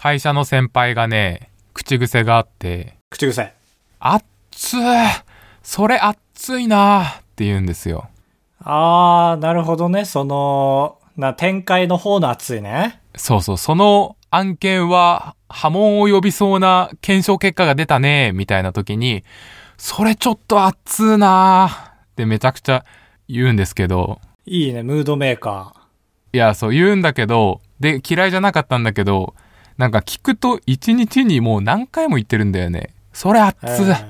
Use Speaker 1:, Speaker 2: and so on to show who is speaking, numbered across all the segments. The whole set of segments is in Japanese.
Speaker 1: 会社の先輩がね、口癖があって、
Speaker 2: 口癖。
Speaker 1: あっついそれあっついなーって言うんですよ。
Speaker 2: あー、なるほどね。その、な、展開の方の熱いね。
Speaker 1: そうそう、その案件は波紋を呼びそうな検証結果が出たね、みたいな時に、それちょっとあっつーなーってめちゃくちゃ言うんですけど、
Speaker 2: いいね、ムードメーカ
Speaker 1: いや、そう言うんだけど、で、嫌いじゃなかったんだけど、なんか聞くと一日にもう何回も言ってるんだよね。それ熱
Speaker 2: ー。
Speaker 1: っ、
Speaker 2: え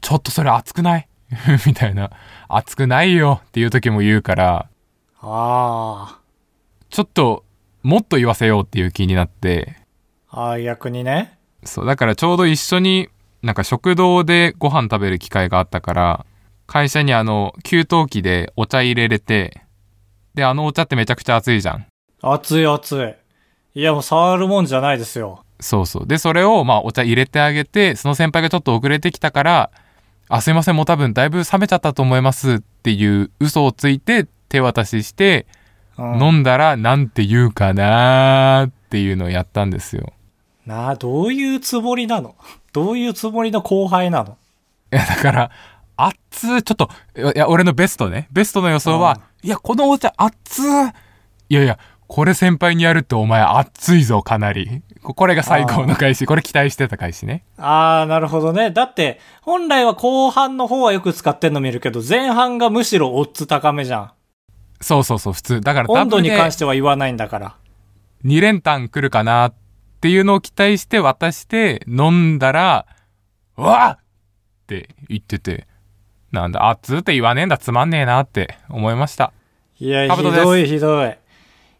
Speaker 1: ちょっとそれ熱くない みたいな。熱くないよっていう時も言うから、
Speaker 2: ーあ
Speaker 1: ちょっともっと言わせようっていう気になって、
Speaker 2: ー。あー、逆にね。
Speaker 1: そう、だからちょうど一緒に、なんか食堂でご飯食べる機会があったから、会社にあの、給湯器でお茶入れれて、で、あのお茶ってめちゃくちゃ熱いじゃん。
Speaker 2: 熱い熱い。いや、もう触るもんじゃないですよ。
Speaker 1: そうそう。で、それを、まあ、お茶入れてあげて、その先輩がちょっと遅れてきたから、あ、すいません、もう多分だいぶ冷めちゃったと思いますっていう嘘をついて手渡しして、
Speaker 2: うん。
Speaker 1: 飲んだらなんて言うかなーっていうのをやったんですよ。
Speaker 2: なあ、どういうつもりなの どういうつもりの後輩なの
Speaker 1: いや、だから、熱っちょっと、いや、俺のベストね。ベストの予想は、いや、このお茶熱っいやいや、これ先輩にやるとお前熱いぞ、かなり。ここれが最高の返し。これ期待してた返しね。
Speaker 2: あー、なるほどね。だって、本来は後半の方はよく使ってんの見るけど、前半がむしろオッズ高めじゃん。
Speaker 1: そうそうそう、普通。だから、
Speaker 2: 温度に
Speaker 1: ダブルで
Speaker 2: 関しては言わないんだから。
Speaker 1: 2連単来るかなっていうのを期待して渡して飲んだら、うわっって言ってて、なんだ、熱って言わねえんだ、つまんねえなって思いました。
Speaker 2: いや、ひ
Speaker 1: 兜です
Speaker 2: どいひどい。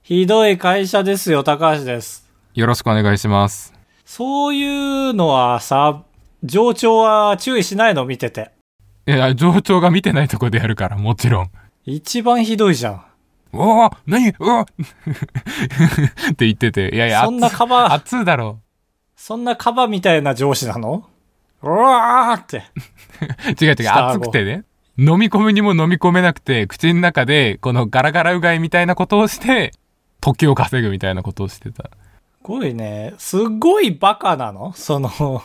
Speaker 2: ひどい会社ですよ、高橋です。
Speaker 1: よろしくお願いします。
Speaker 2: そういうのはさ、上長は注意しないの見てて。
Speaker 1: いや、上長が見てないとこでやるから、もちろん。
Speaker 2: 一番ひどいじゃん。
Speaker 1: うわぁ何うわ って言ってて、いやいや、
Speaker 2: そんな
Speaker 1: 熱
Speaker 2: カバ、
Speaker 1: 熱だろ。
Speaker 2: そんなカバみたいな上司なのうわーって。
Speaker 1: 違う違う、
Speaker 2: 下顎
Speaker 1: 熱くてね。飲み込むにも飲み込めなくて、口の中で、このガラガラうがいみたいなことをして、時を稼ぐみたいなことをしてた。
Speaker 2: すごいね。すごいバカなのその、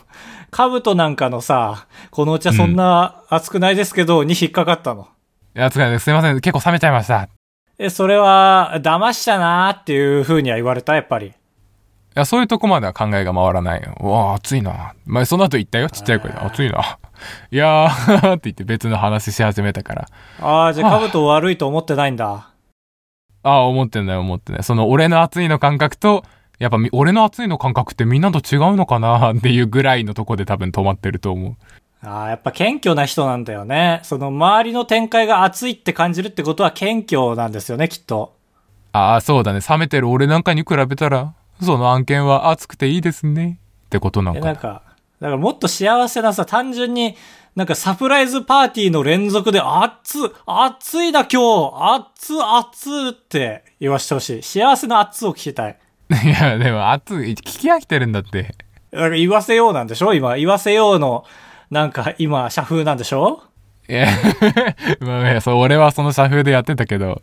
Speaker 2: カブトなんかのさ、このお茶そんな熱くないですけど、に引っかかったの。
Speaker 1: いや、つかね、すいません、結構冷めちゃいました。い
Speaker 2: え、それは、騙したなーっていう風には言われた、やっぱり。
Speaker 1: や、そういうとこまでは考えが回らない。うわあ、暑いな。まあ、その後言ったよ、ちっちゃい声で。暑いな。 いやー、って言って別の話し始めたから。
Speaker 2: ああ、じゃ
Speaker 1: は
Speaker 2: あ
Speaker 1: あ
Speaker 2: カブト悪いと思ってないんだ。
Speaker 1: ああ、思ってない、思ってない。その、俺の暑いの感覚と、やっぱみ、俺の暑いの感覚ってみんなと違うのかな っていうぐらいのとこで多分止まってると思う。
Speaker 2: ああ、やっぱ謙虚な人なんだよね。その周りの展開が熱いって感じるってことは謙虚なんですよね、きっと。
Speaker 1: ああ、そうだね。冷めてる俺なんかに比べたら、その案件は熱くていいですね。ってことなの
Speaker 2: え、
Speaker 1: か
Speaker 2: な。
Speaker 1: なん
Speaker 2: か、だからもっと幸せなさ、単純に、なんかサプライズパーティーの連続で、熱っ、熱いな今日、熱っ、熱っって言わしてほしい。幸せの熱を聞きたい。
Speaker 1: いや、でも熱い、聞き飽きてるんだって。
Speaker 2: だから言わせようなんでしょ今、言わせようの、なんか今、社風なんでしょ
Speaker 1: いや、まあ、いやそう、俺はその社風でやってたけど。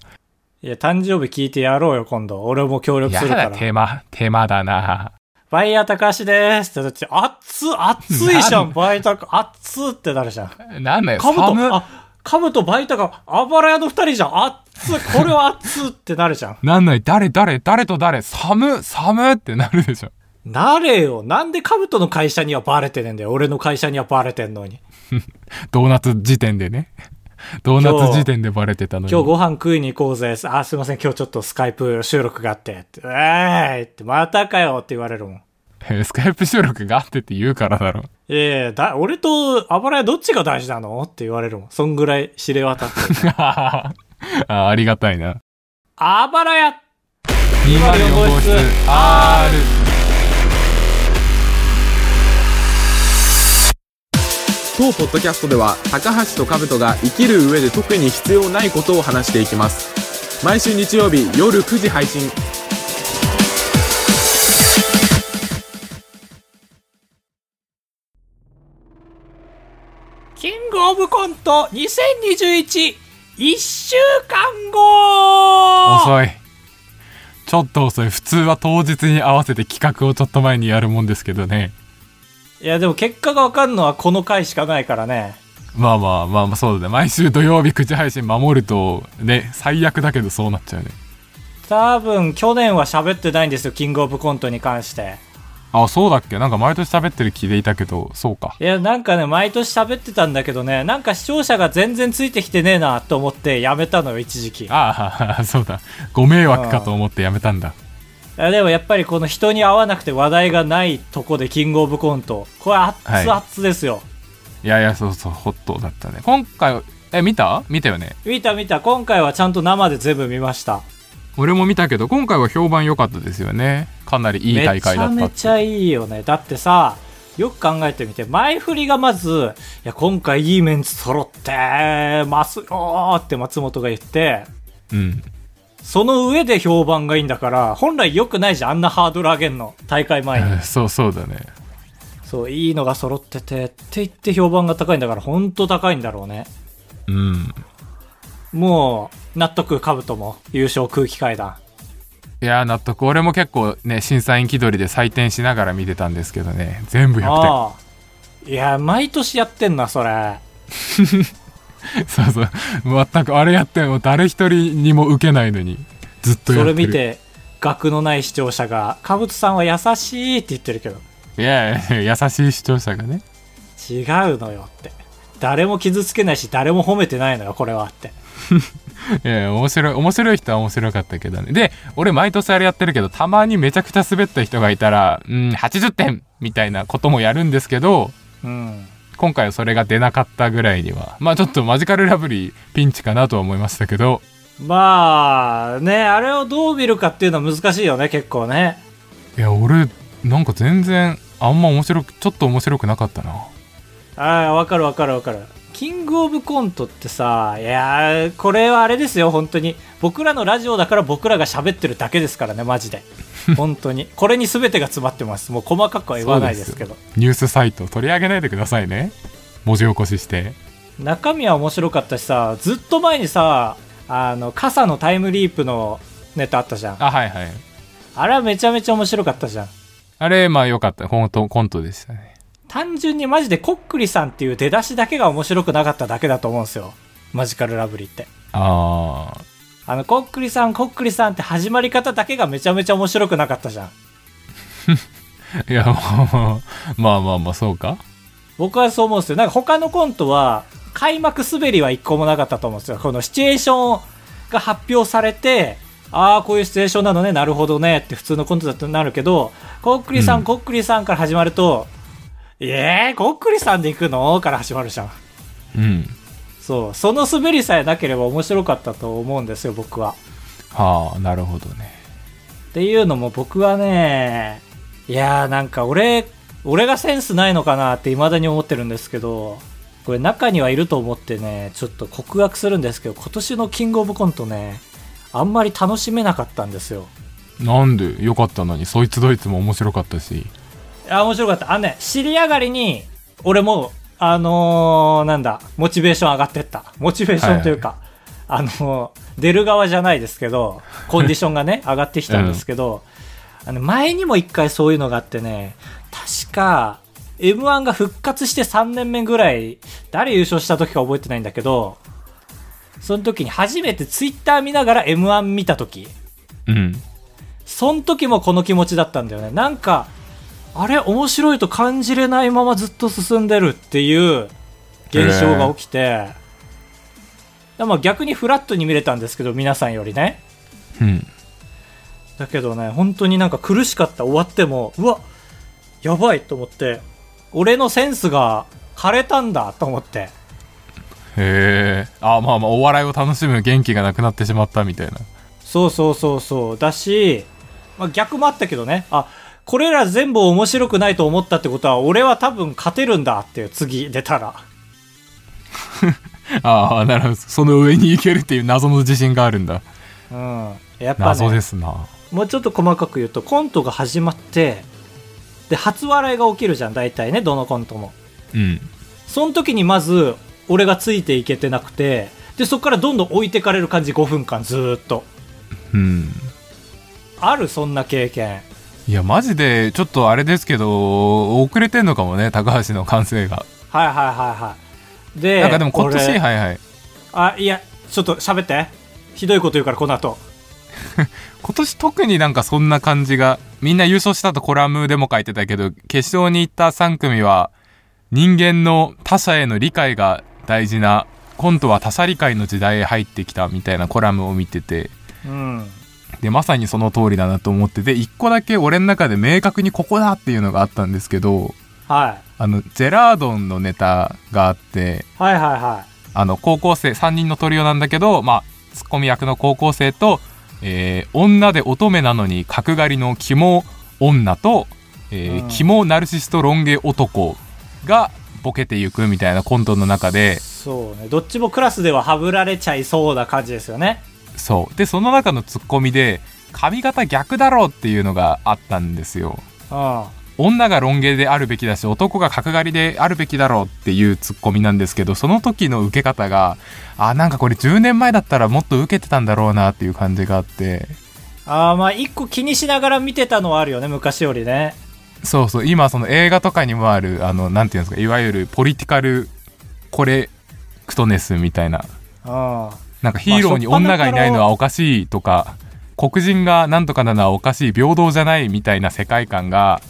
Speaker 2: いや、誕生日聞いてやろうよ、今度。俺も協力
Speaker 1: や
Speaker 2: するか
Speaker 1: だ、
Speaker 2: ら。
Speaker 1: 手間、手間だな。
Speaker 2: バイヤー高橋ですって、だって、熱っ、熱いじゃ
Speaker 1: なん
Speaker 2: ん、バイタカ、熱っってなるじゃん。
Speaker 1: なんだよ、
Speaker 2: カブ
Speaker 1: 寒
Speaker 2: ト、あ、カブト、バイタカ、あばら屋の二人じゃん、熱っ、これは熱っってなるじゃん。
Speaker 1: なんない、誰、誰、誰と誰、寒、寒ってなるでしょ。
Speaker 2: なれよ。なんでカブトの会社にはバレてねえんだよ。俺の会社にはバレてんのに。
Speaker 1: ドーナツ時点でね。 ドーナツ時点でバレてたのに。
Speaker 2: 今日ご飯食いに行こうぜ。あ、すいません、今日ちょっとスカイプ収録があって。ってえーいって、またかよって言われるもん。
Speaker 1: えスカイプ収録があってって言うからだろ。
Speaker 2: いやいやだ、俺とあばら屋どっちが大事なのって言われるもん。そんぐらい知 れ渡って。
Speaker 1: あーありがたいな。
Speaker 2: あばら屋
Speaker 1: 204
Speaker 2: 204
Speaker 1: 号
Speaker 2: 号
Speaker 1: 室
Speaker 2: 室
Speaker 1: R。
Speaker 3: 当ポッドキャストでは高橋と兜が生きる上で特に必要ないことを話していきます毎週日曜日夜9時配信
Speaker 2: キングオブコント2021一週間後
Speaker 1: 遅い。ちょっと遅い。普通は当日に合わせて企画をちょっと前にやるもんですけどね。
Speaker 2: いや、でも結果がわかるのはこの回しかないからね。
Speaker 1: まあまあまあまあそうだね。毎週土曜日9時配信守るとね、最悪だけどそうなっちゃうね。
Speaker 2: 多分、去年は喋ってないんですよ、キングオブコントに関して。
Speaker 1: あ、そうだっけなんか毎年喋ってる気でいたけど、そうか。
Speaker 2: いや、なんかね、毎年喋ってたんだけどね、なんか視聴者が全然ついてきてねえなと思ってやめたのよ、一時期。い
Speaker 1: ああ、そうだ。ご迷惑かと思ってやめたんだ。
Speaker 2: やでもやっぱりこの人に合わなくて話題がないとこでキングオブコント。これ、熱々ですよ。
Speaker 1: いやいや、そうそう、ホットだったね。今回、え、見た見たよね。
Speaker 2: 見た見た、今回はちゃんと生で全部見ました。
Speaker 1: 俺も見たけど、今回は評判良かったですよね。かなりいい大会だったって。
Speaker 2: めちゃめちゃいいよねだってさよく考えてみて前振りがまず「いや今回いいメンツ揃ってますよ」って松本が言って
Speaker 1: うん。
Speaker 2: その上で評判がいいんだから本来良くないじゃんあんなハードル上げんの大会前 に
Speaker 1: そうそうだね。
Speaker 2: そういいのが揃っててって言って評判が高いんだから本当高いんだろうね
Speaker 1: うん。
Speaker 2: もう納得かぶとも優勝空気階段
Speaker 1: いやー納得俺も結構ね審査員気取りで採点しながら見てたんですけどね全部100
Speaker 2: ああいや毎年やってんなそれ
Speaker 1: 点そうそう全くあれやっても誰一人にも受けないのにずっとや
Speaker 2: そ
Speaker 1: って
Speaker 2: れ
Speaker 1: る
Speaker 2: 見て額のない視聴者が「かぶとさんは優しい」って言ってるけど
Speaker 1: いやいや優しい視聴者がね
Speaker 2: 違うのよって誰も傷つけないし誰も褒めてないのよこれはって
Speaker 1: いやいや面白い面白い人は面白かったけどねで俺毎年あれやってるけどたまにめちゃくちゃ滑った人がいたらうん80点みたいなこともやるんですけど
Speaker 2: うん
Speaker 1: 今回はそれが出なかったぐらいにはまあちょっとマジカルラブリーピンチかなとは思いましたけど
Speaker 2: まあねあれをどう見るかっていうのは難しいよね結構ね
Speaker 1: いや俺なんか全然あんま面白くちょっと面白くなかったな
Speaker 2: ああわかるわかるわかるキングオブコントってさいやーこれはあれですよ本当に僕らのラジオだから僕らが喋ってるだけですからねマジで本当にこれに全てが詰まってますもう細かくは言わないですけど
Speaker 1: ニュースサイト取り上げないでくださいね文字起こしして
Speaker 2: 中身は面白かったしさずっと前にさあの傘のタイムリープのネタあったじゃんあ
Speaker 1: あはいはい
Speaker 2: れはめちゃめちゃ面白かったじゃん
Speaker 1: あれまあ良かった本当コントでしたね
Speaker 2: 単純にマジでコックリさんっていう出だしだけが面白くなかっただけだと思うんですよマジカルラブリーって
Speaker 1: ああ
Speaker 2: あのコックリさんコックリさんって始まり方だけがめちゃめちゃ面白くなかったじゃん
Speaker 1: いや もうまあまあまあそうか
Speaker 2: 僕はそう思うんですよなんか他のコントは開幕滑りは一個もなかったと思うんですよこのシチュエーションが発表されてああこういうシチュエーションなのねなるほどねって普通のコントだとなるけどコックリさん、
Speaker 1: うん
Speaker 2: コックリさんから始まると「えー、コックリさんで行くの?」から始まるじゃん
Speaker 1: うん
Speaker 2: そうその滑りさえなければ面白かったと思うんですよ僕は
Speaker 1: はあなるほどね
Speaker 2: っていうのも僕はねいやーなんか俺俺がセンスないのかなって未だに思ってるんですけどこれ中にはいると思ってねちょっと告白するんですけど今年のキングオブコントねあんまり楽しめなかったんですよ
Speaker 1: なんで良かったのにそいつどいつも面白かったし
Speaker 2: あ面白かったあのね尻上がりに俺もあのーなんだモチベーション上がってったモチベーションというか、あのー出る側じゃないですけどコンディションがね上がってきたんですけど、あの前にも一回そういうのがあってね確か m 1が復活して3年目ぐらい誰優勝した時か覚えてないんだけどその時に初めてツイッター見ながら m 1見た時
Speaker 1: うん
Speaker 2: そん時もこの気持ちだったんだよね。なんか、あれ面白いと感じれないままずっと進んでるっていう現象が起きて、だまあ逆にフラットに見れたんですけど、皆さんよりね。
Speaker 1: うん
Speaker 2: だけどね、本当になんか苦しかった。終わっても、うわ、やばいと思って、俺のセンスが枯れたんだと思って。
Speaker 1: へえあまあまあお笑いを楽しむ元気がなくなってしまったみたいな
Speaker 2: そうそうそうそう。だし、まあ、逆もあったけどね。あ、これら全部面白くないと思ったってことは、俺は多分勝てるんだっていう、次出たら。
Speaker 1: ああなるほどその上に行けるっていう謎の自信があるんだ
Speaker 2: うん。やっぱ
Speaker 1: 謎で
Speaker 2: ね、
Speaker 1: すな
Speaker 2: もうちょっと細かく言うと、コントが始まって、で、初笑いが起きるじゃん、大体ね、どのコントも。
Speaker 1: うん
Speaker 2: その時にまず、俺がついていけてなくて、で、そこからどんどん置いてかれる感じ、5分間ずーっと。
Speaker 1: うん
Speaker 2: あるそんな経験。
Speaker 1: いや、マジで、ちょっとあれですけど、遅れてんのかもね、高橋の完成が。
Speaker 2: はいはいはいはい。で、
Speaker 1: なんかでも今年、
Speaker 2: 俺
Speaker 1: はいはい。
Speaker 2: あ、いや、ちょっと喋って。ひどいこと言うから、この後。
Speaker 1: 今年特になんかそんな感じが、みんな優勝したとコラムでも書いてたけど、決勝に行った3組は、人間の他者への理解が大事な、今度は他者理解の時代へ入ってきたみたいなコラムを見てて、
Speaker 2: うん。
Speaker 1: で、まさにその通りだなと思って、で、1個だけ俺の中で明確にここだっていうのがあったんですけど、
Speaker 2: は
Speaker 1: あの、ジェラードンのネタがあって、
Speaker 2: い。はいはいは
Speaker 1: あの高校生3人のトリオなんだけど、まあ、ツッコミ役の高校生と、えー女で乙女なのに角刈りの肝女と、えー
Speaker 2: うん
Speaker 1: 肝ナルシストロン毛男がボケていくみたいなコントの中で
Speaker 2: い。そうね。どっちもクラスでははぶられちゃいそうな感じですよね。
Speaker 1: そうでその中のツッコミで髪型逆だろうっていうのがあったんですよ。
Speaker 2: うん。は
Speaker 1: 女がロン毛であるべきだし男が角刈りであるべきだろうっていうツッコミなんですけどその時の受け方があなんかこれ10年前だったらもっと受けてたんだろうなっていう感じがあって
Speaker 2: あーまあ、一個気にしながら見てたのはあるよね、昔よりね。
Speaker 1: そうそう今その映画とかにもあるあのなんていうんですかいわゆるポリティカルコレクトネスみたいな
Speaker 2: うん。
Speaker 1: なんかヒーローに女がいないのはおかしいとか黒人がなんとかなのはおかしい平等じゃないみたいな世界観が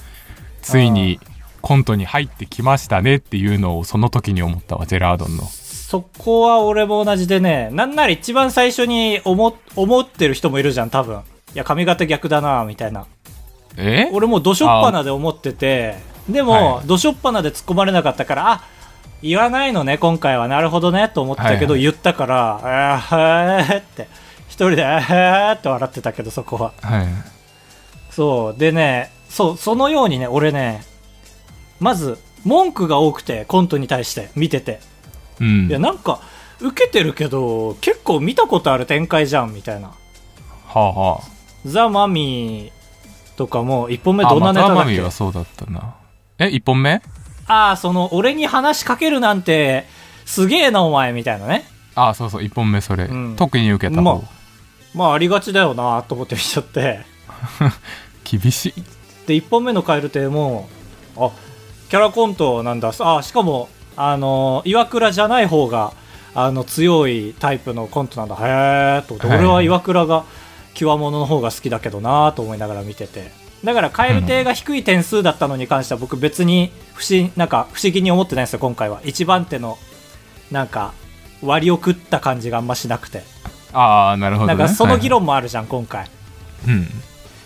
Speaker 1: ついにコントに入ってきましたねっていうのをその時に思ったわジェラードンの。
Speaker 2: そこは俺も同じでね、なんなら一番最初に思、思ってる人もいるじゃん、多分。いや、髪型逆だな、みたいな。
Speaker 1: え
Speaker 2: 俺もどしょっぱなで思ってて、でも
Speaker 1: は、
Speaker 2: どしょっぱなで突っ込まれなかったから、あ言わないのね、今回は。なるほどね、と思ったけど、
Speaker 1: はいは
Speaker 2: 言ったから、えー、へーって、一人で、えーって笑ってたけど、そこは。
Speaker 1: はい、
Speaker 2: そう。でね、そう、そのようにね、俺ね、まず、文句が多くて、コントに対して、見てて。
Speaker 1: うん
Speaker 2: いや、なんか、受けてるけど、結構見たことある展開じゃん、みたいな。
Speaker 1: はあは
Speaker 2: ザ・マミーとかも、一本目
Speaker 1: あ
Speaker 2: どんなネタ
Speaker 1: あ
Speaker 2: だ
Speaker 1: ま
Speaker 2: っ
Speaker 1: あ
Speaker 2: け
Speaker 1: はそうだったなえ一本目
Speaker 2: ああ、その、俺に話しかけるなんて、すげえな、お前、みたいなね。
Speaker 1: あそうそう一本目それ、
Speaker 2: うん
Speaker 1: 特に受けた
Speaker 2: ま
Speaker 1: 方
Speaker 2: あ、まあ、ありがちだよな、と思って見ちゃって。
Speaker 1: 厳しい
Speaker 2: で、1本目の蛙亭も、あ、キャラコントなんだ。あ、しかも、あの、岩倉じゃない方が、あの、強いタイプのコントなんだ。へえと思って、
Speaker 1: はい
Speaker 2: 俺は岩倉が、極物の方が好きだけどなと思いながら見てて。だから、蛙亭が低い点数だったのに関しては、僕別に、不思、なんか、不思議に思ってないんですよ、今回は。一番手の、なんか、割りを食った感じがあんましなくて。
Speaker 1: ああなるほど、
Speaker 2: な
Speaker 1: ね、
Speaker 2: んか、その議
Speaker 1: 論、
Speaker 2: 論もあるじゃん、今回。
Speaker 1: はいうん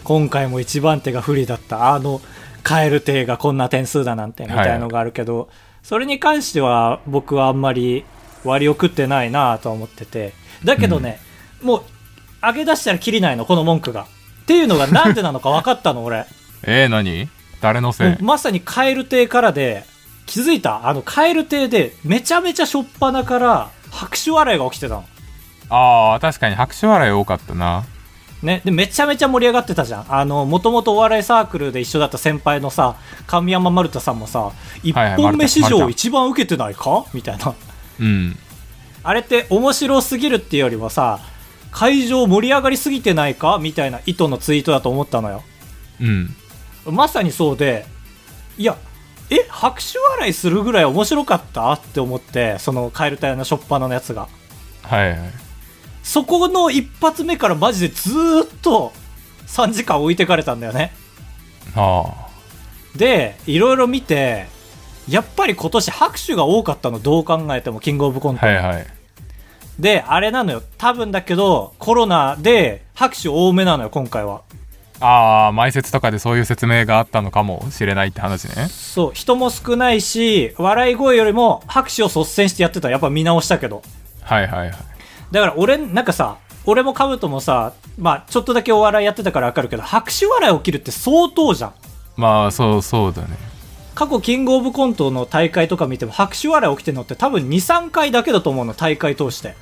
Speaker 2: 今回も一番手が不利だったあの蛙亭がこんな点数だなんてみたいのがあるけど、それに関しては僕はあんまり割を食ってないなとは思っててだけどね、もう上げ出したらきりないのこの文句がっていうのがなんでなのか分かった の俺
Speaker 1: えー、何誰のせい
Speaker 2: もうまさに蛙亭からで気づいたあの蛙亭でめちゃめちゃしょっぱなから拍手笑いが起きてたの
Speaker 1: ああ確かに拍手笑い多かったな
Speaker 2: ね、でめちゃめちゃ盛り上がってたじゃんあのもともとお笑いサークルで一緒だった先輩のさ神山丸太さんもさ
Speaker 1: はい
Speaker 2: 1本目史
Speaker 1: 丸
Speaker 2: 上
Speaker 1: 太
Speaker 2: 一番受けてないかみたいな
Speaker 1: うん
Speaker 2: あれって面白すぎるっていうよりもさ会場盛り上がりすぎてないかみたいな意図のツイートだと思ったのよ
Speaker 1: うん
Speaker 2: まさにそうでいやえ拍手笑いするぐらい面白かったって思ってそのカエル隊のしょっぱなのやつが
Speaker 1: はいはい
Speaker 2: そこの一発目からマジでずーっと3時間置いてかれたんだよね
Speaker 1: あ
Speaker 2: でいろいろ見てやっぱり今年拍手が多かったのどう考えてもキングオブコン
Speaker 1: あ
Speaker 2: ト、
Speaker 1: はいはい
Speaker 2: であれなのよ多分だけどコロナで拍手多めなのよ今回は
Speaker 1: ああ前説とかでそういう説明があったのかもしれないって話ね
Speaker 2: そう人も少ないし笑い声よりも拍手を率先してやってたやっぱ見直したけど
Speaker 1: はいはいはい
Speaker 2: だから俺なんかさ俺もカブトもさまあちょっとだけお笑いやってたからわかるけど拍手笑い起きるって相当じゃん
Speaker 1: まあそうそうだね
Speaker 2: 過去キングオブコントの大会とか見ても拍手笑い起きてるのって多分23回だけだと思うの大会通して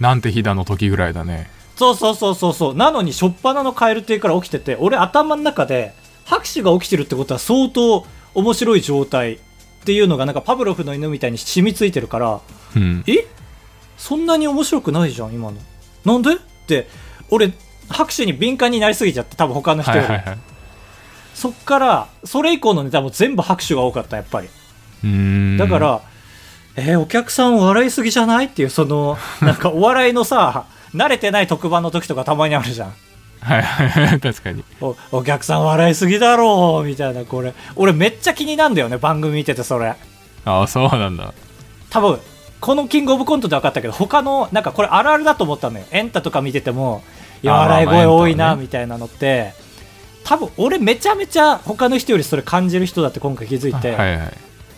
Speaker 1: なんて日だの時ぐらいだね
Speaker 2: そうそうそうそうそう。なのに、しょっぱなのカエル亭から起きてて、俺頭の中で、拍手が起きてるってことは相当面白い状態っていうのが、なんかパブロフの犬みたいに染みついてるから、
Speaker 1: うん
Speaker 2: えそんなに面白くないじゃん、今の。なんでって、俺、拍手に敏感になりすぎちゃって、多分他の人
Speaker 1: は
Speaker 2: よ
Speaker 1: い
Speaker 2: り。
Speaker 1: はいはい。
Speaker 2: そっから、それ以降のネタも全部拍手が多かった、やっぱり。
Speaker 1: うーん。
Speaker 2: だか、ら、えーお客さん笑いすぎじゃないっていう、その、なんかお笑いのさ、慣れてない特番の時とかたまにあるじゃん。
Speaker 1: はいはいはい。確かに。
Speaker 2: おお客さん笑いすぎだろうみたいな、これ。俺めっちゃ気になんだよね、番組見ててそれ。
Speaker 1: ああ、そうなんだ。
Speaker 2: 多分、このキングオブコントで分かったけど、他の、なんかこれあるあるだと思ったのよ。エンタとか見てても、いや、
Speaker 1: あー
Speaker 2: 笑い
Speaker 1: まあ
Speaker 2: 声多い
Speaker 1: エンタ
Speaker 2: な、
Speaker 1: はね
Speaker 2: みたいなのって、多分俺めちゃめちゃ他の人よりそれ感じる人だって今回気づいて、
Speaker 1: はいはい。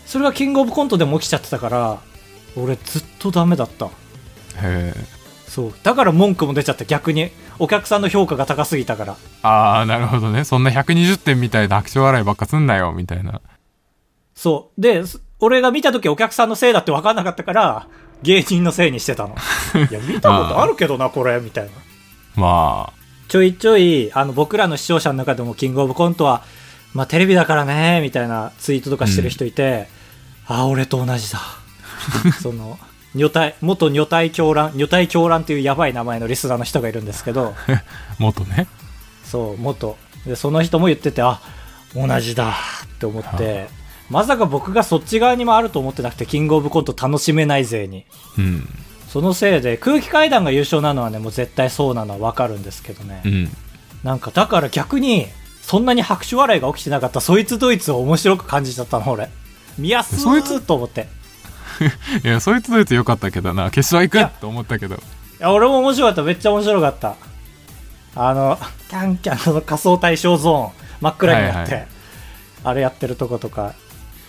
Speaker 2: それがキングオブコントでも起きちゃってたから、俺ずっとダメだった。
Speaker 1: へえ。
Speaker 2: そう。だから文句も出ちゃった、逆に。お客さんの評価が高すぎたから。
Speaker 1: ああ、なるほどね。そんな120点みたいな拍手笑いばっかすんなよ、みたいな。
Speaker 2: そう。で、す俺が見た時お客さんのせいだって分かんなかったから、芸人のせいにしてたの。いや、見たことあるけどな、これ、みたいな。
Speaker 1: ま
Speaker 2: ちょいちょい、あの、僕らの視聴者の中でも、キングオブコントは、まあ、テレビだからね、みたいなツイートとかしてる人いて、あ、俺と同じだ。 その、女体、元女体狂乱、女体狂乱というやばい名前のリスナーの人がいるんですけど、
Speaker 1: あ、もっとね。
Speaker 2: そう、元。で、その人も言ってて、あ、同じだって思って、まさか僕がそっち側にもあると思ってなくて、キングオブコント楽しめない勢に。
Speaker 1: うん。
Speaker 2: そのせいで、空気階段が優勝なのはね、もう絶対そうなのはわかるんですけどね
Speaker 1: う。ん。
Speaker 2: なんか、だから逆に、そんなに拍手笑いが起きてなかった、そいつドイツを面白く感じちゃったの、俺。見やす
Speaker 1: そいつ
Speaker 2: ーと思って。
Speaker 1: いや、そいつどいつ良かったけどな。決勝行くと思ったけど。
Speaker 2: いや、俺も面白かった。めっちゃ面白かった。あの、キャンキャンの仮想対象ゾーン、真っ暗になって、
Speaker 1: はいは
Speaker 2: あれやってるとことか。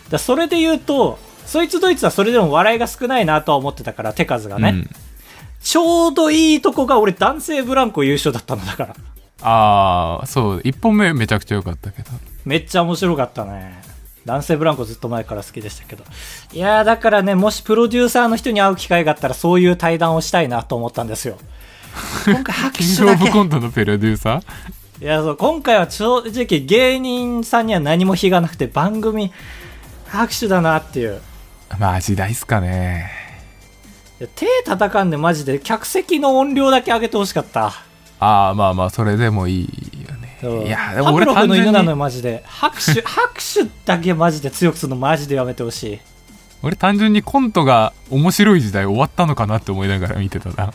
Speaker 2: だそれで言うと、そいつドイツはそれでも笑いが少ないなとは思ってたから、手数がね。
Speaker 1: うん。
Speaker 2: ちょうどいいとこが俺男性ブランコ優勝だったのだから。
Speaker 1: ああ、そう。1本目めちゃくちゃ良かったけど。
Speaker 2: めっちゃ面白かったね。男性ブランコずっと前から好きでしたけど。いやーだからね、もしプロデューサーの人に会う機会があったらそういう対談をしたいなと思ったんで すよ。今回拍
Speaker 1: キン
Speaker 2: 手
Speaker 1: グオ
Speaker 2: だけ
Speaker 1: ブ。コントのプロデューサー
Speaker 2: いや、そう、今回は正直芸人さんには何も非がなくて番組拍手だなっていう。
Speaker 1: まあ時代っすかね
Speaker 2: いや手叩かんでマジで客席の音量だけ上げてほしかった。
Speaker 1: ああまあまあそれでもいいよ
Speaker 2: そう
Speaker 1: ねいやで
Speaker 2: パ
Speaker 1: も
Speaker 2: ブ
Speaker 1: 俺
Speaker 2: ロ
Speaker 1: 単
Speaker 2: フの
Speaker 1: 純
Speaker 2: 犬なの
Speaker 1: に
Speaker 2: よマジで。拍手、 拍手だけマジで強くするのマジでやめてほしい。
Speaker 1: 俺単純にコントが面白い時代終わったのかなって思いながら見てたな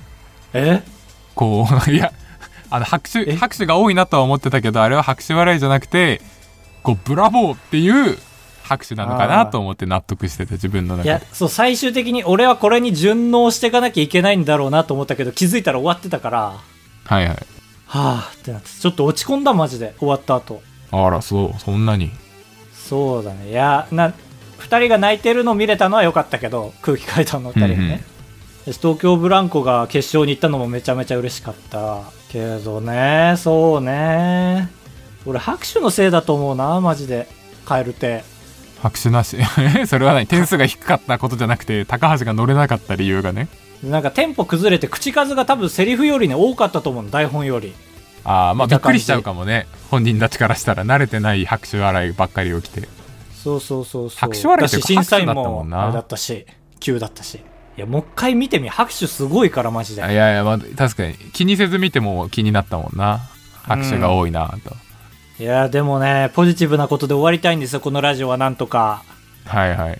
Speaker 2: え
Speaker 1: こう いやあの拍手
Speaker 2: え
Speaker 1: 拍手が多いなとは思ってたけどあれは拍手笑いじゃなくてこうブラボーっていう拍手なのかなと思って納得してて自分の中
Speaker 2: いや
Speaker 1: で、
Speaker 2: そう、最終的に俺はこれに順応していかなきゃいけないんだろうなと思ったけど、気づいたら終わってたから、は
Speaker 1: はいはい
Speaker 2: ぁってなって、ちょっと落ち込んだマジで、終わった後。
Speaker 1: あらそうそんなに
Speaker 2: そうだね。いや、な、二人が泣いてるの見れたのは良かったけど、空気階段の二人がね。
Speaker 1: うんうん
Speaker 2: 私東京ブランコが決勝に行ったのもめちゃめちゃ嬉しかった。けどね、そうね。俺拍手のせいだと思うな、マジで。カエルって。
Speaker 1: 拍手なし えそれは何点数が低かったことじゃなくて高橋が乗れなかった理由がね
Speaker 2: なんかテンポ崩れて口数が多分セリフよりね多かったと思うの台本より
Speaker 1: ああまあび
Speaker 2: 見た
Speaker 1: っく
Speaker 2: 感じ
Speaker 1: りしちゃうかもね本人たちからしたら慣れてない拍手笑いばっかり起きて
Speaker 2: そうそうそうそう
Speaker 1: 拍手笑いという
Speaker 2: だし
Speaker 1: か
Speaker 2: 審査員
Speaker 1: 拍手だったも
Speaker 2: も
Speaker 1: んな
Speaker 2: あれだったし急だったしいやもう一回見てみ拍手すごいからマジで
Speaker 1: いやいや、まあ、確かに気にせず見ても気になったもんな拍手が多いなと、
Speaker 2: いやーでもね、ポジティブなことで終わりたいんですよ、このラジオはなんとか。
Speaker 1: はいはい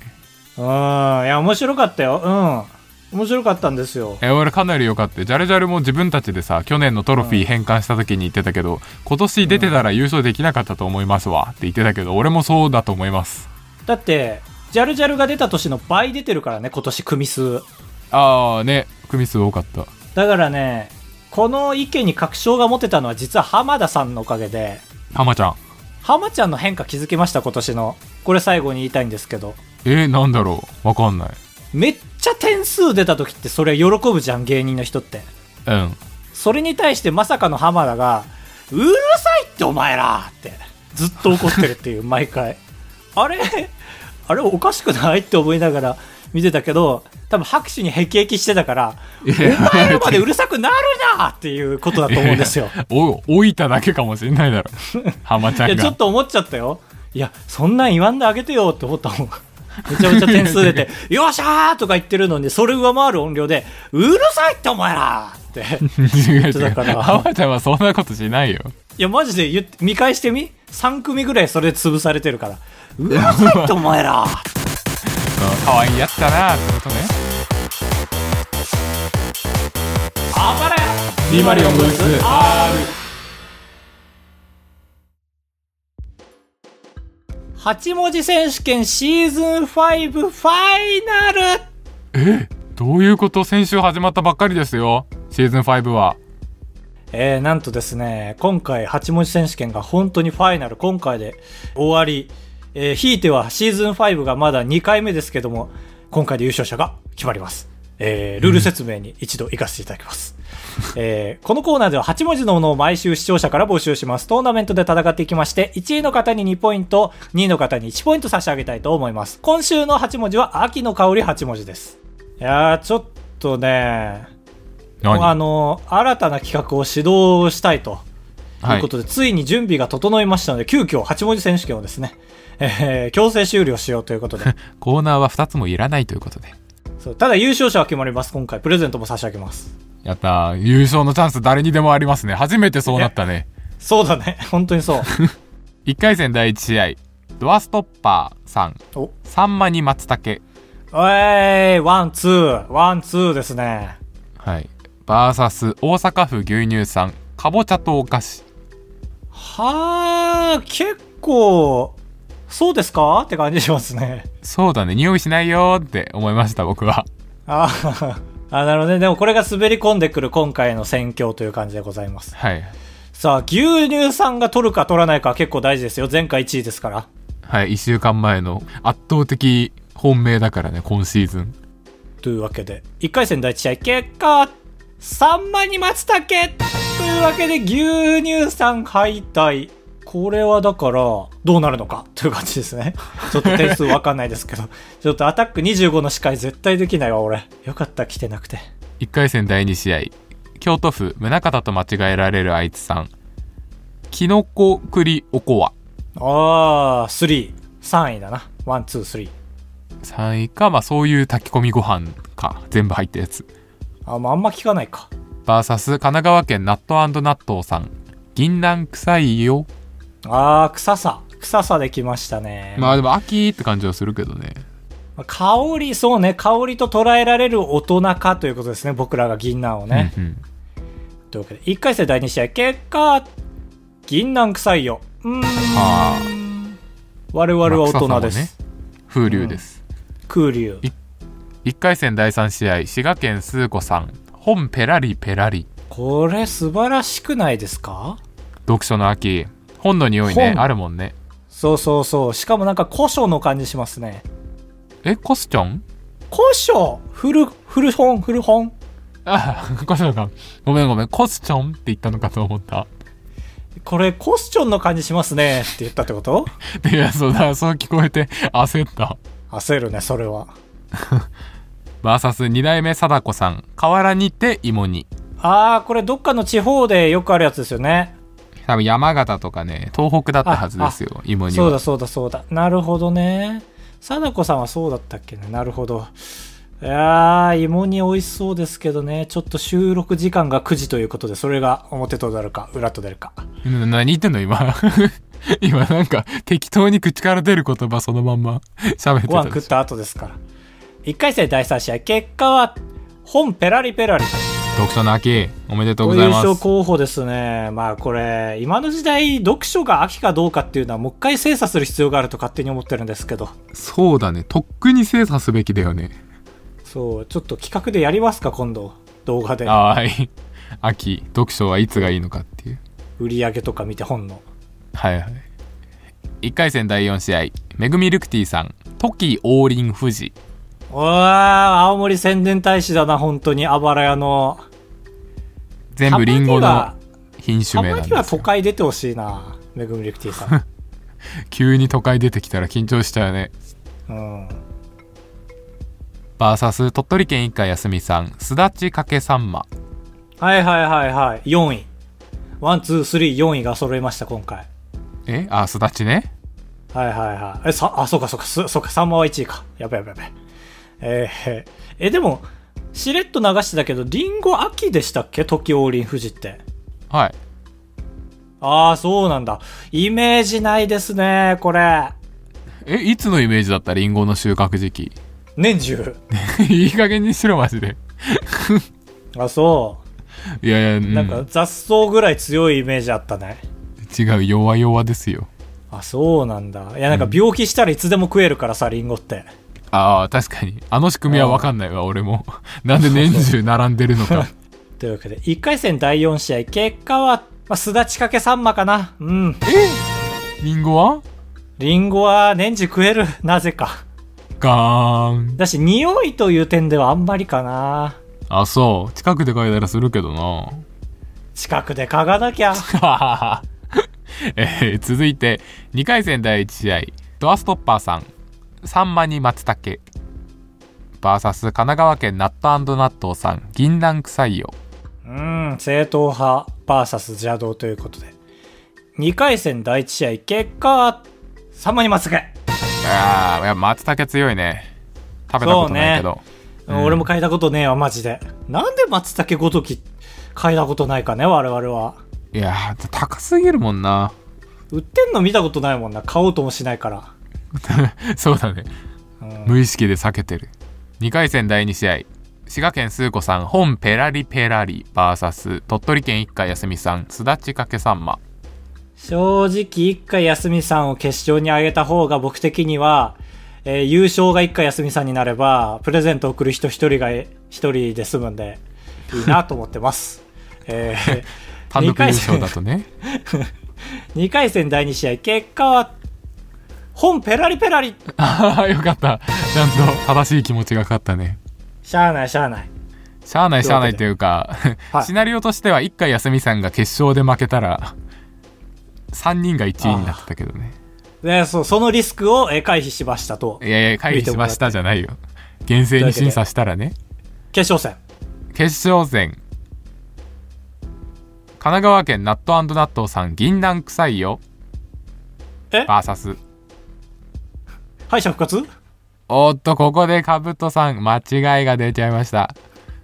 Speaker 1: う
Speaker 2: ーん、いや、面白かったよ。うん。面白かったんですよ。
Speaker 1: え俺かなり良かったジャルジャルも自分たちでさ去年のトロフィー返還した時に言ってたけど、今年出てたら優勝できなかったと思いますわって言ってたけど俺もそうだと思います
Speaker 2: だって、ジャルジャルが出た年の倍出てるからね、今年組数。
Speaker 1: ああね組数多かった
Speaker 2: だからね、この意見に確証が持てたのは実は浜田さんのおかげで、
Speaker 1: 浜ちゃん
Speaker 2: 浜ちゃんの変化気づきました、今年の。これ最後に言いたいんですけど。
Speaker 1: えー、なんだろうわかんない
Speaker 2: めっちゃ点数出た時ってそれ喜ぶじゃん、芸人の人って。
Speaker 1: うん
Speaker 2: それに対してまさかの浜田が、うるさいってお前らって、ずっと怒ってるっていう、毎回。あれあれおかしくないって思いながら見てたけど、多分拍手にへきへきしてたから、
Speaker 1: いや
Speaker 2: お前らまでうるさくなるなっていうことだと思う んですよ。
Speaker 1: お置いただけかもしれないだ ろ浜ちゃ
Speaker 2: い
Speaker 1: ん
Speaker 2: や、ち
Speaker 1: が
Speaker 2: ょっと思っちゃったよ。いや、そんなん言わんであげてよって思ったもん。めちゃめちゃ 点数出て、よっしゃーとか言ってるのに、それ上回る音量で、うるさいってお前らってって。
Speaker 1: 違う違
Speaker 2: だ
Speaker 1: う。
Speaker 2: から
Speaker 1: 浜ちゃんはそんなことしないよ。
Speaker 2: いや、マジで言って見返してみ ?3 組ぐらいそれで潰されてるから。うわ、入ったお前ら
Speaker 1: うん可愛いやつだなってことね。
Speaker 2: あばれ
Speaker 1: ビマリオンブース
Speaker 2: !8 文字選手権シーズン5ファイナル
Speaker 1: どういうこと先週始まったばっかりですよ。シーズン5は。
Speaker 2: えー、なんとですね、今回8文字選手権が本当にファイナル、今回で終わり、えー、ひいてはシーズン5がまだ2回目ですけども、今回で優勝者が決まります。えー、ルール説明に一度行かせていただきます。えーこのコーナーでは8文字のものを毎週視聴者から募集します。トーナメントで戦っていきまして、1位の方に2ポイント、2位の方に1ポイント差し上げたいと思います。今週の8文字は秋の香り8文字です。いやー、ちょっとね、あ
Speaker 1: 何
Speaker 2: の新たな企画を指導したいとい
Speaker 1: は
Speaker 2: う
Speaker 1: い
Speaker 2: こ。とで、ついに準備が整いましたので、急遽8文字選手権をですね、えー強制終了しようということで、
Speaker 1: コーナーは2つもいらないということで。
Speaker 2: そうただ優勝者は決まります、今回。プレゼントも差し上げます。
Speaker 1: やったー優勝のチャンス誰にでもありますね。初めてそうなったね。
Speaker 2: そうだね、 本当 にそう。
Speaker 1: 1回戦第1試合。ドアストッパーさん。
Speaker 2: お
Speaker 1: サンマに松茸。
Speaker 2: えい、ワン、ツー、ワン、ツーですね。
Speaker 1: はい。バーサス大阪府牛乳さん。かぼちゃとお菓子。
Speaker 2: はあ、結構、そうですかって感じしますね。
Speaker 1: そうだね。匂いしないよーって思いました、僕は。
Speaker 2: あーあ、なるほどね。でもこれが滑り込んでくる今回の戦況という感じでございます。
Speaker 1: はい。
Speaker 2: さあ、牛乳さんが取るか取らないかは結構大事ですよ。前回1位ですから。
Speaker 1: はい。1週間前の圧倒的本命だからね、今シーズン。
Speaker 2: というわけで、1回戦第1試合、結果、3万に松茸というわけで、牛乳さん敗退。これはだから、どうなるのかという感じですね。ちょっと点数わかんないですけど。ちょっとアタック25の視界絶対できないわ、俺。よかった、来てなくて。
Speaker 1: 1回戦第2試合京都府宗像と間違えられるあいつさんきのこ栗おこわ
Speaker 2: あー、3。3位だな。1、2、3。
Speaker 1: 3位かまあそういう炊き込みご飯か全部入ったやつ
Speaker 2: あ、まあ、あんま聞かないか。
Speaker 1: バーサス神奈川県納豆納豆さん銀杏臭いよ
Speaker 2: あー、臭さ。臭さできましたね。
Speaker 1: まあでも秋って感じはするけどね
Speaker 2: まあ香り、そうね、香りと捉えられる大人かということですね、僕らが銀杏をね。
Speaker 1: うんうん
Speaker 2: というわけで、1回戦第2試合、結果、銀杏臭いよ。うーん、
Speaker 1: あ
Speaker 2: 我々は大人です。
Speaker 1: まあ臭あ風流です、
Speaker 2: 空流。
Speaker 1: 一1回戦第3試合滋賀県スー子さん本ペラリペラリ
Speaker 2: これ素晴らしくないですか
Speaker 1: 読書の秋本の匂いね
Speaker 2: 本
Speaker 1: あるもんね
Speaker 2: そうそうそう。しかもなんか古書の感じしますね。
Speaker 1: えコスチョン
Speaker 2: 古書古、古本、古本。
Speaker 1: ああ、コスチョンか。ごめんごめん。コスチョンって言ったのかと思った。
Speaker 2: これ、コスチョンの感じしますね。って言ったってこと
Speaker 1: いや、そうだ、そう聞こえて焦った。
Speaker 2: 焦るね、それは。
Speaker 1: バーサス二代目貞子さん。河原にて芋煮。
Speaker 2: あー、これどっかの地方でよくあるやつですよね。
Speaker 1: 多分山形とかね、東北だったはずですよ、芋煮
Speaker 2: そうだ
Speaker 1: は。
Speaker 2: そうだそうだ。なるほどね。貞子さんはそうだったっけね。なるほど。いやー、芋煮美味しそうですけどね。ちょっと収録時間が9時ということで、それが表と出るか、裏と出るか。
Speaker 1: な何言ってんの今。 今なんか適当に口から出る言葉そのまんま喋って
Speaker 2: ご
Speaker 1: た
Speaker 2: 飯
Speaker 1: でしょ
Speaker 2: 食った後ですから。1回戦第3試合、結果は、本ペラリペラリ。
Speaker 1: 読書の秋、おめでとうご
Speaker 2: 優
Speaker 1: ざいます
Speaker 2: 勝。候補ですね。まあこれ、今の時代、読書が秋かどうかっていうのは、もう一回精査する必要があると勝手に思ってるんですけど。
Speaker 1: そうだね。とっくに精査すべきだよね。
Speaker 2: そう、ちょっと企画でやりますか、今度。動画で。
Speaker 1: あーはい。秋、読書はいつがいいのかっていう。
Speaker 2: 売り上げとか見て本の。
Speaker 1: はいはい。1回戦第4試合、めぐみルクティさん、トキ王林富士。
Speaker 2: おー、青森宣伝大使だな、本当に、あばら屋の。
Speaker 1: 全部リンゴの
Speaker 2: た
Speaker 1: 品種
Speaker 2: まに
Speaker 1: 名な
Speaker 2: はたま
Speaker 1: ん
Speaker 2: に
Speaker 1: で
Speaker 2: は
Speaker 1: す
Speaker 2: 都
Speaker 1: よ。
Speaker 2: 会出てほしいな、めぐみリクティさ ん。
Speaker 1: 急に都会出てきたら緊張したよね。
Speaker 2: うん。
Speaker 1: バーサス鳥取県一家休みさん、すだちかけさんま。
Speaker 2: はいはいはいはい、4位。ワン、ツー、スリー、4位が揃いました、今回。
Speaker 1: えあ、すだちね。
Speaker 2: はいはいはい。え、さ、あ、そうかそうか、すそうか、サンマは1位か。やべやべやべ。えーえ、でも、しれっと流してたけど、リンゴ秋でしたっけ時王林富士って。
Speaker 1: はい。
Speaker 2: ああ、そうなんだ。イメージないですね、これ。
Speaker 1: え、いつのイメージだったリンゴの収穫時 期。
Speaker 2: 年中。
Speaker 1: いい加減にしろ、マジで。
Speaker 2: あ、そ
Speaker 1: いやいや、う
Speaker 2: う。
Speaker 1: ん、
Speaker 2: なんか雑草ぐらい強いイメージあったね。
Speaker 1: 違う、弱々ですよ。
Speaker 2: あ、そうなんだ。いや、なんか病気したらいつでも食えるからさ、リンゴって。
Speaker 1: ああ、確かに。あの仕組みはわかんないわ、俺も。なんで年中並んでるのか。
Speaker 2: というわけで、1回戦第4試合、結果は、まあ、すだちかけさんまかな。うん。
Speaker 1: リンゴは
Speaker 2: リンゴは年中食える。なぜか。
Speaker 1: ガーン。
Speaker 2: だし、匂いという点ではあんまりかな。
Speaker 1: あ、そう。近くで嗅いだらするけど な。
Speaker 2: 近くで嗅がなきゃ。
Speaker 1: えー続いて2回戦第1試合ドアストッパーさんサンマに松茸 VS 神奈川県ナットナットさん銀杏臭いよ
Speaker 2: うん、正統派 VS 邪道ということで。2回戦第1試合、結果は、サンマにまつけ。
Speaker 1: あーいや松茸強いね食べたことないけど、うん
Speaker 2: 俺も嗅いだことねえわ、マジで。なんで松茸ごとき、嗅いだことないかね、我々は。
Speaker 1: いやー高すぎるもんな
Speaker 2: 売ってんの見たことないもんな。買おうともしないから。
Speaker 1: そうだね
Speaker 2: うん、
Speaker 1: 無意識で避けてる2回戦第2試合滋賀県スー子さん本ペラリペラリ VS 鳥取県一家休みさんすだちかけさんま
Speaker 2: 正直、一回休みさんを決勝に上げた方が僕的には、えー優勝が一回休みさんになれば、プレゼントを送る人一人がえ一人で済むんで、いいなと思ってます。 えー
Speaker 1: 単独優勝だとね
Speaker 2: 2回戦第2試合、結果は、本ペラリペラリ
Speaker 1: ああ、 よかった。ちゃんと正しい気持ちがかかったね。
Speaker 2: しゃあないしゃあない。
Speaker 1: しゃあないしゃあないというか、
Speaker 2: はい
Speaker 1: シナリオとしては一回休みさんが決勝で負けたら、3人が1位になってたけどね。
Speaker 2: で、そう、そのリスクをえー回避しましたと。
Speaker 1: いやいや、会議しましたじゃないよ。厳正に審査したらね。
Speaker 2: 決勝戦。
Speaker 1: 決勝戦。神奈川県ナットナットさん銀杏臭いよ。
Speaker 2: え
Speaker 1: バーサス。
Speaker 2: 敗者復活
Speaker 1: おっと、ここでカブトさん、間違いが出ちゃいました。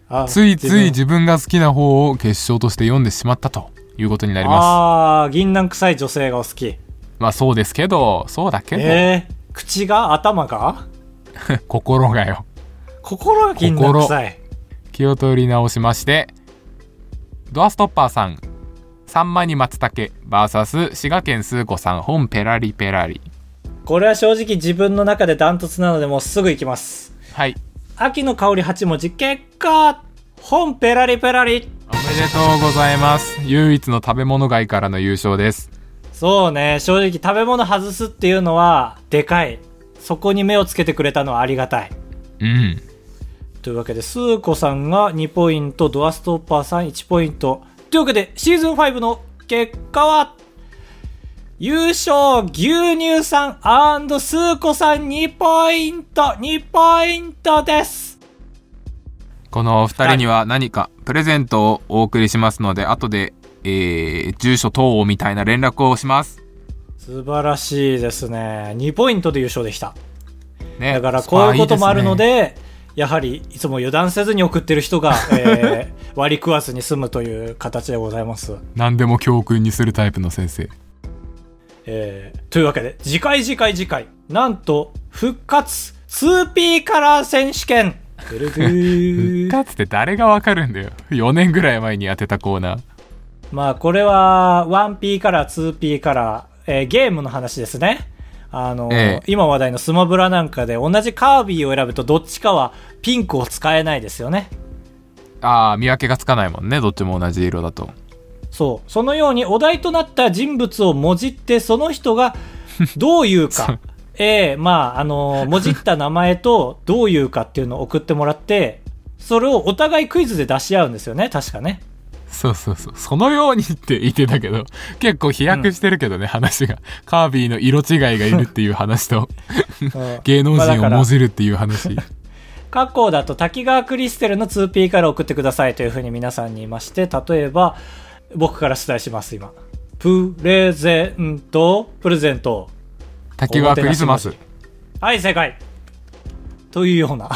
Speaker 2: あ
Speaker 1: ついつい
Speaker 2: 自分
Speaker 1: 自分が好きな方を決勝として読んでしまったということになります。
Speaker 2: あー、銀杏臭い女性がお好き。
Speaker 1: まあそうですけど、そうだけど、
Speaker 2: えー、口が頭が
Speaker 1: 心がよ。
Speaker 2: 心が銀杏臭い。
Speaker 1: 気を取り直しまして、ドアストッパーさん、サンマニ松茸 VS 滋賀県スー子さん本ペラリペラリ。
Speaker 2: これは正直自分の中でダントツなのでもうすぐ行きます。
Speaker 1: はい。
Speaker 2: 秋の香り8文字、結果、本ペラリペラリ。
Speaker 1: おめでとうございます。唯一の食べ物外からの優勝です。
Speaker 2: そうね、正直食べ物外すっていうのは、でかい。そこに目をつけてくれたのはありがたい。
Speaker 1: うん。
Speaker 2: というわけで、スーコさんが2ポイント、ドアストッパーさん1ポイント。というわけで、シーズン5の結果は、優勝、牛乳さんスーコさん2ポイント、2ポイントです。
Speaker 1: このお二人には何かプレゼントをお送りしますので、後で、えー、住所等をみたいな連絡をします。
Speaker 2: 素晴らしいですね。2ポイントで優勝でした。
Speaker 1: ね。
Speaker 2: だから
Speaker 1: ス
Speaker 2: こう
Speaker 1: パ
Speaker 2: いうこともあ
Speaker 1: で
Speaker 2: る
Speaker 1: すね
Speaker 2: ので、やはりいつも油断せずに送ってる人が、えー割り食わずに済むという形でございます。
Speaker 1: 何でも教訓にするタイプの先生
Speaker 2: えーというわけで、次回次回次回、なんと、復活、スーピーカラー選手 権ぐるぐる
Speaker 1: かつて誰がわかるんだよ4年ぐらい前にやってたコーナー
Speaker 2: まあ、これは、1P カラー、2P カラー、えーゲームの話ですね。あの、
Speaker 1: ええ
Speaker 2: 今話題のスマブラなんかで、同じカービィを選ぶとどっちかはピンクを使えないですよね。
Speaker 1: ああ見分けがつかないもんねどっちも同じ色だと
Speaker 2: そう。そのようにお題となった人物をもじって、その 人がどういう
Speaker 1: そう
Speaker 2: か、ええまあ、あのーもじった名前とどういうかっていうのを送ってもらって、それをお互いクイズで出し合うんですよね、確かね。
Speaker 1: そうそうそうそのようにって言ってたけど結構飛躍してるけどね、話がカービィの色違いがいるっていう話と
Speaker 2: うん
Speaker 1: 芸能
Speaker 2: まあだ
Speaker 1: 人
Speaker 2: か
Speaker 1: を
Speaker 2: ら
Speaker 1: もじるっていう話、
Speaker 2: 過去だと滝川クリステルの 2P から送ってくださいというふうに皆さんに言いまして、例えば、僕から出題します、今。プレゼント、プレゼント。
Speaker 1: 滝川クリスマス
Speaker 2: はい、正解。というような。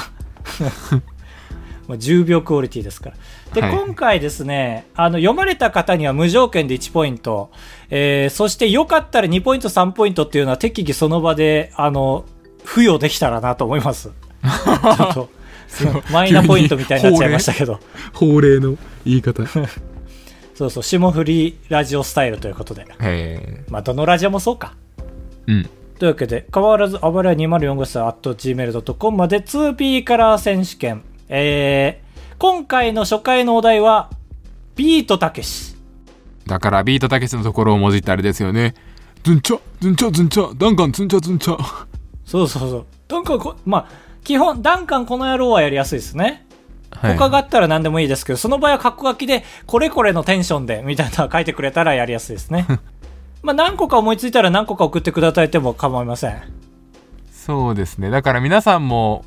Speaker 2: まあ、10秒クオリティですから。で、
Speaker 1: はい
Speaker 2: 今回ですね、あの、読まれた方には無条件で1ポイント、えー、そして良かったら2ポイント3ポイントっていうのは適宜その場で、あの、付与できたらなと思 います。ちょっと、マイナポイントみたいになっちゃいましたけど。
Speaker 1: 法令の言い方。
Speaker 2: そうそう、霜降りラジオスタイルということで。
Speaker 1: え
Speaker 2: まあ、どのラジオもそうか。
Speaker 1: ー、うん。
Speaker 2: というわけで、変わらず、あばれは204号室 at gmail.com まで 2P カラー選手権。えー、今回の初回のお題は、ビートたけし。
Speaker 1: だからビートたけしのところをもじってあれですよね。ズンチャ、ズンチャ、ズンチャ、ダンカン、ズンチャ、ズンチャ。
Speaker 2: そうそうそう。ダンカンこ、まあ、基本、ダンカンこの野郎はやりやすいですね。他があったら何でもいいですけど、その場合は格書きで、これこれのテンションで、みたいなの書いてくれたらやりやすい ですね。まあ、何個か思いついたら何個か送ってくださいても構いません。
Speaker 1: そうですね。だから皆さんも、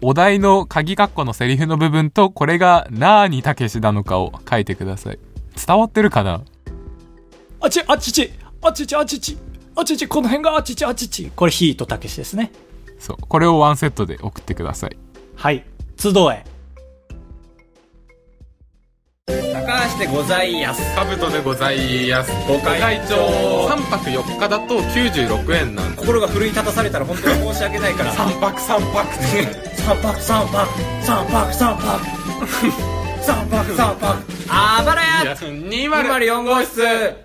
Speaker 1: お題の鍵括弧のセリフの部分と、これがなーにたけしなのかを書いてください。伝わってるかな
Speaker 2: あちあちちあちちあちちあちちこの辺があちちあちちこれヒートたけしですね
Speaker 1: そう。これをワンセットで送ってください。
Speaker 2: はい集え
Speaker 3: 高橋でございやすカブトでございやすご
Speaker 2: 会長
Speaker 3: 3泊4日だと96円なんです
Speaker 2: 心が奮い立たされたら本当に申し訳ないから三
Speaker 3: 泊3泊
Speaker 2: 泊三泊三泊三泊三泊三泊あばらや
Speaker 3: 204号室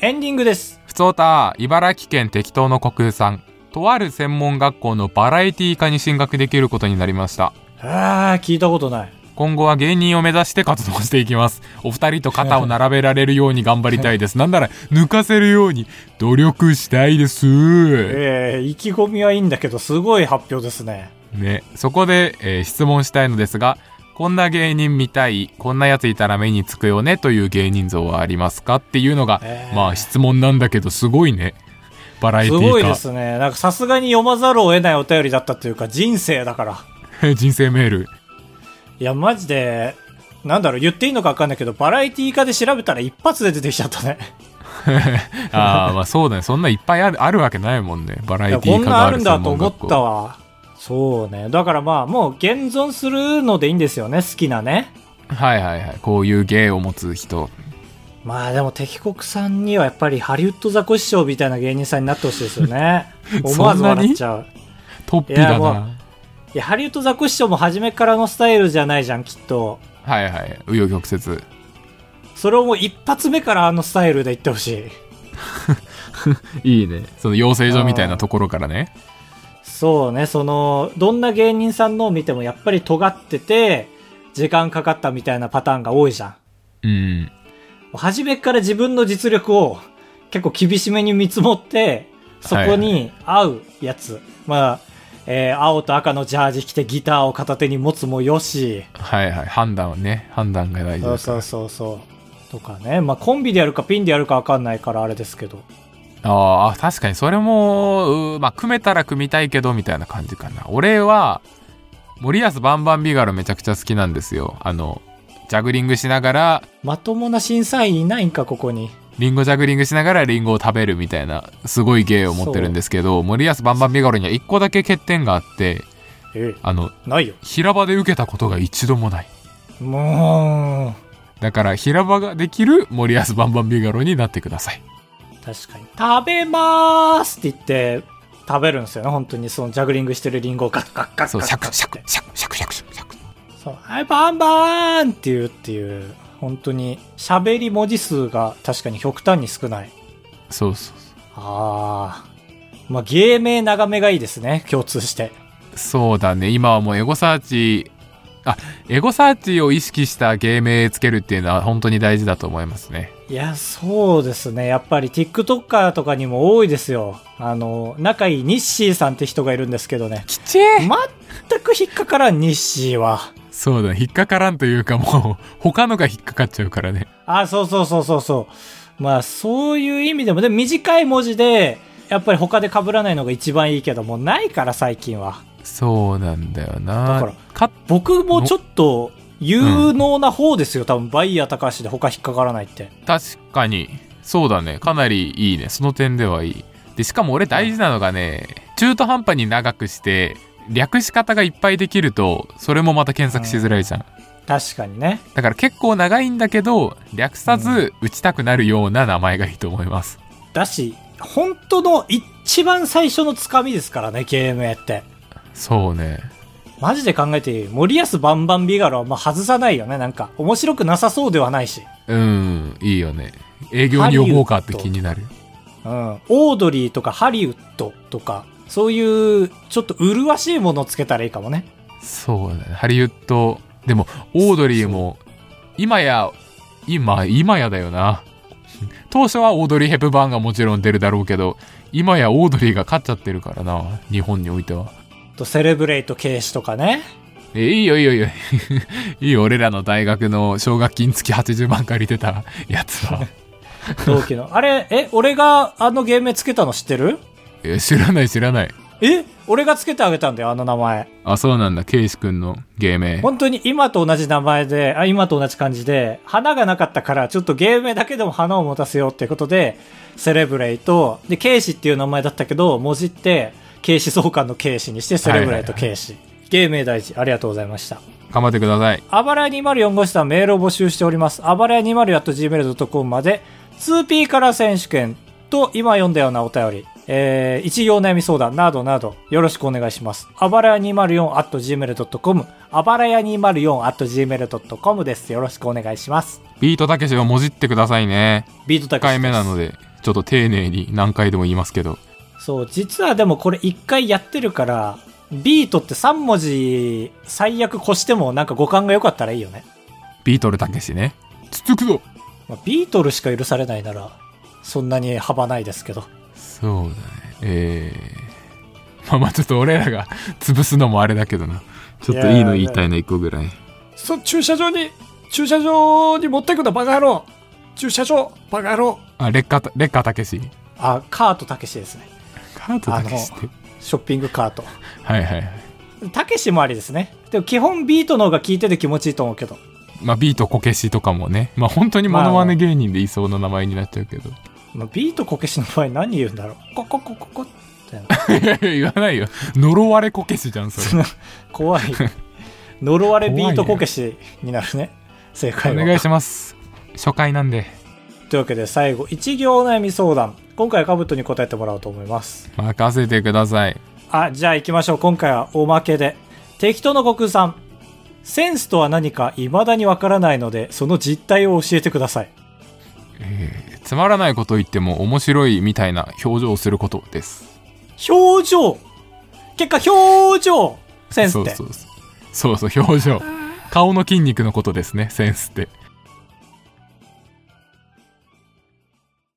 Speaker 2: エンディングです
Speaker 1: ふつおた、茨城県適当の国産さん。とある専門学校のバラエティ科に進学できることになりました。
Speaker 2: ああ聞いたことない
Speaker 1: 今後は芸人を目指して活動していきます。お二人と肩を並べられるように頑張りたい です。なんなら抜かせるように努力したいです。
Speaker 2: ええ意気込みはいいんだけどすごい発表ですね
Speaker 1: ね、そこで、えー質問したいのですが、こんな芸人見たい、こんなやついたら目につくよねという芸人像はありますかっていうのが、
Speaker 2: えー
Speaker 1: まあ質問なんだけどすごいね。バラエ
Speaker 2: す
Speaker 1: ティー
Speaker 2: ごいですねなんかさすがに読まざるを得ないお便りだったというか人生だから
Speaker 1: か。 人生メール。
Speaker 2: いや、マジで、なんだろう、言っていいのか分かんないけど、バラエティー化で調べたら一発で出てきちゃったね。
Speaker 1: あ あ、まあそうだね。そんないっぱいあるあるわけないもんね。バラ
Speaker 2: い
Speaker 1: エ
Speaker 2: や
Speaker 1: ティ
Speaker 2: こ
Speaker 1: ー
Speaker 2: ん
Speaker 1: 科
Speaker 2: な
Speaker 1: があ
Speaker 2: あ
Speaker 1: る
Speaker 2: るんだと思ったわ。そうね。だからまあ、もう現存するのでいいんですよね、好きなね。
Speaker 1: はいはいはい。こういう芸を持つ人。。
Speaker 2: まあでも、敵国さんにはやっぱりハリウッドザコシショウみたいな芸人さんになってほしいですよね 思わず笑っちゃう。
Speaker 1: トッピーだ
Speaker 2: いやも
Speaker 1: な。
Speaker 2: いや、ハリウッドザコシショウも初めからのスタイルじゃないじゃん、きっと。
Speaker 1: はいはい。紆余曲折。
Speaker 2: それをもう一発目からあのスタイルで言ってほしい。
Speaker 1: いいね。その養成所みたいなところからね。
Speaker 2: そうね、その、どんな芸人さんのを見てもやっぱり尖ってて、時間かかったみたいなパターンが多いじゃ
Speaker 1: う
Speaker 2: ん。
Speaker 1: ん。
Speaker 2: 初めから自分の実力を結構厳しめに見積もって、そこに合うやつ。まあ、えー青と赤のジャージ着てギターを片手に持つもよし、
Speaker 1: はいはい。判断はね。判断が大事
Speaker 2: そう
Speaker 1: です。
Speaker 2: そうそうそう。とかね、まあコンビでやるかピンでやるかわかんないからあれですけど。
Speaker 1: ああ、確かにそれも、うーまあ、組めたら組みたいけど、みたいな感じかな。俺は、森保バンバンビガロめちゃくちゃ好きなんですよ。あの、ジャグリングしながら、
Speaker 2: まともな審査員いないんか、ここに。
Speaker 1: リンゴジャグリングしながらリンゴを食べるみたいな、すごい芸を持ってるんですけど、森保バンバンビガロには一個だけ欠点があって、
Speaker 2: え
Speaker 1: あの、
Speaker 2: え、ないよ。
Speaker 1: 平場で受けたことが一度もない。
Speaker 2: もう。
Speaker 1: だから、平場ができる森保バンバンビガロになってください。
Speaker 2: 確かに。食べまーすって言って、食べるんですよね。本当に、そのジャグリングしてるリンゴをガッガッガッガッガッ
Speaker 1: そう、シャクシャ
Speaker 2: って
Speaker 1: ク、シャクシャクシャクシャクシャク。
Speaker 2: そう。はい、バンバーンっていうっていう、本当に、喋り文字数が確かに極端に少ない。
Speaker 1: そうそう。
Speaker 2: あー。まあ、芸名長めがいいですね。共通して。
Speaker 1: そうだね今はもうエゴサーチあエゴサーチを意識した芸名つけるっていうのは本当に大事だと思いますね
Speaker 2: いや、そうですね。やっぱり TikToker とかにも多いですよ。あの、仲いいニッシーさんって人がいるんですけどね。
Speaker 1: きちえ
Speaker 2: 全く引っかからん、ニッシーは。
Speaker 1: そうだね引っかからんというかもう他のが引っかかっちゃうからね
Speaker 2: あ、そうそうそうそうそう。まあ、そういう意味でも、でも短い文字で、やっぱり他で被らないのが一番いいけど、もうないから最近は。
Speaker 1: そうなんだよな
Speaker 2: だから
Speaker 1: か
Speaker 2: 僕もちょっと、有能な方ですよ、多分、バイヤー高橋で他引っかからないって。
Speaker 1: 確かにそうだねかなりいいねその点ではいいでしかも俺大事なのがね中途半端に長くして略し方がいっぱいできると、それもまた検索しづらいじゃん。
Speaker 2: 確かにね。
Speaker 1: だから結構長いんだけど、略さず打ちたくなるような名前がいいと思います。
Speaker 2: だし、本当の一番最初のつかみですからね、KMA って。
Speaker 1: そうね。
Speaker 2: マジで考えて、森保バンバンビガロはまあ外さないよね。なんか、面白くなさそうではないし。
Speaker 1: うん、いいよね。営業に呼ぼうかって気になる。
Speaker 2: うん。オードリーとかハリウッドとか、そういう、ちょっと麗しいものをつけたらいいかもね。
Speaker 1: そうだね。ハリウッド、でも、オードリーも、今や、今、今やだよな。当初はオードリー・ヘプバーンがもちろん出るだろうけど、今やオードリーが勝っちゃってるからな、日本においては。
Speaker 2: と、セレブレイト形式とかね。
Speaker 1: えいいよいいよいいよ。いいよ、俺らの大学の奨学金付き80万借りてたやつは。
Speaker 2: 同期の。あれ、え、俺があの芸名つけたの知ってる
Speaker 1: いや知らない知らない。
Speaker 2: え俺がつけてあげたんだよ、あの名前。
Speaker 1: あ、そうなんだ、ケイシ君の芸名。
Speaker 2: 本当に今と同じ名前で、あ、今と同じ感じで、花がなかったから、ちょっと芸名だけでも花を持たせようってことで、セレブレイト、で、ケイシっていう名前だったけど、文字って、ケイシ総監のケイシにして、セレブレイトケイシ。芸名大事、ありがとうございました。
Speaker 1: 頑張ってください。
Speaker 2: あばらや204号室はメールを募集しております。あばらや 204.gmail.com まで、2P から選手権と今読んだようなお便り、えー、一行悩み相談などなどよろしくお願いします。あばらや 204.gmail.com、あばらや 204.gmail.com です。よろしくお願いします。
Speaker 1: ビートたけしをもじってくださいね。
Speaker 2: ビートた
Speaker 1: 1
Speaker 2: けしで
Speaker 1: 回
Speaker 2: す
Speaker 1: 目なので、ちょっと丁寧に何回でも言いますけど。
Speaker 2: そう、実はでもこれ1回やってるから、ビートって3文字最悪越してもなんか語感が良かったらいいよね。
Speaker 1: ビートルたけしね。続くぞ
Speaker 2: まあ、ビートルしか許されないなら、そんなに幅ないですけど。
Speaker 1: そうだね。えー。まあまあちょっと俺らが 潰すのもあれだけどな。ちょっといいの言いたいな、一個ぐらい。
Speaker 2: そ、駐車場に、駐車場に持ってくのバカ野郎駐車場、バカ野郎
Speaker 1: あ、劣化、劣化たけし。
Speaker 2: あ、カートたけしですね。
Speaker 1: カートたけしって。
Speaker 2: ショッピングカート。
Speaker 1: はいはいはい。
Speaker 2: たけしもありですね。でも基本ビートの方が聞いてて気持ちいいと思うけど。
Speaker 1: まあビートこけしとかもね。まあ本当にモノマネ芸人でいそうな名前になっちゃうけど。
Speaker 2: まあ、ビートこけしの場合何言うんだろうコココココって。
Speaker 1: いやいや 言わないよ。呪われこけしじゃん、それ。
Speaker 2: 怖い。呪われビートこけしになるね。正解
Speaker 1: お
Speaker 2: は。
Speaker 1: 願いします。初回なんで。
Speaker 2: というわけで最後、一行お悩み相談。今回はカブトに答えてもらおうと思います。
Speaker 1: 任せてください。
Speaker 2: あ、じゃあ行きましょう。今回はおまけで。適当の国産。センスとは何か未だにわからないので、その実態を教えてください。
Speaker 1: えーつまらないことを言っても面白いみたいな表情をすることです。
Speaker 2: 表情結果、表情センスって。
Speaker 1: そうそうそう。そうそう、表情。顔の筋肉のことですね、センスって。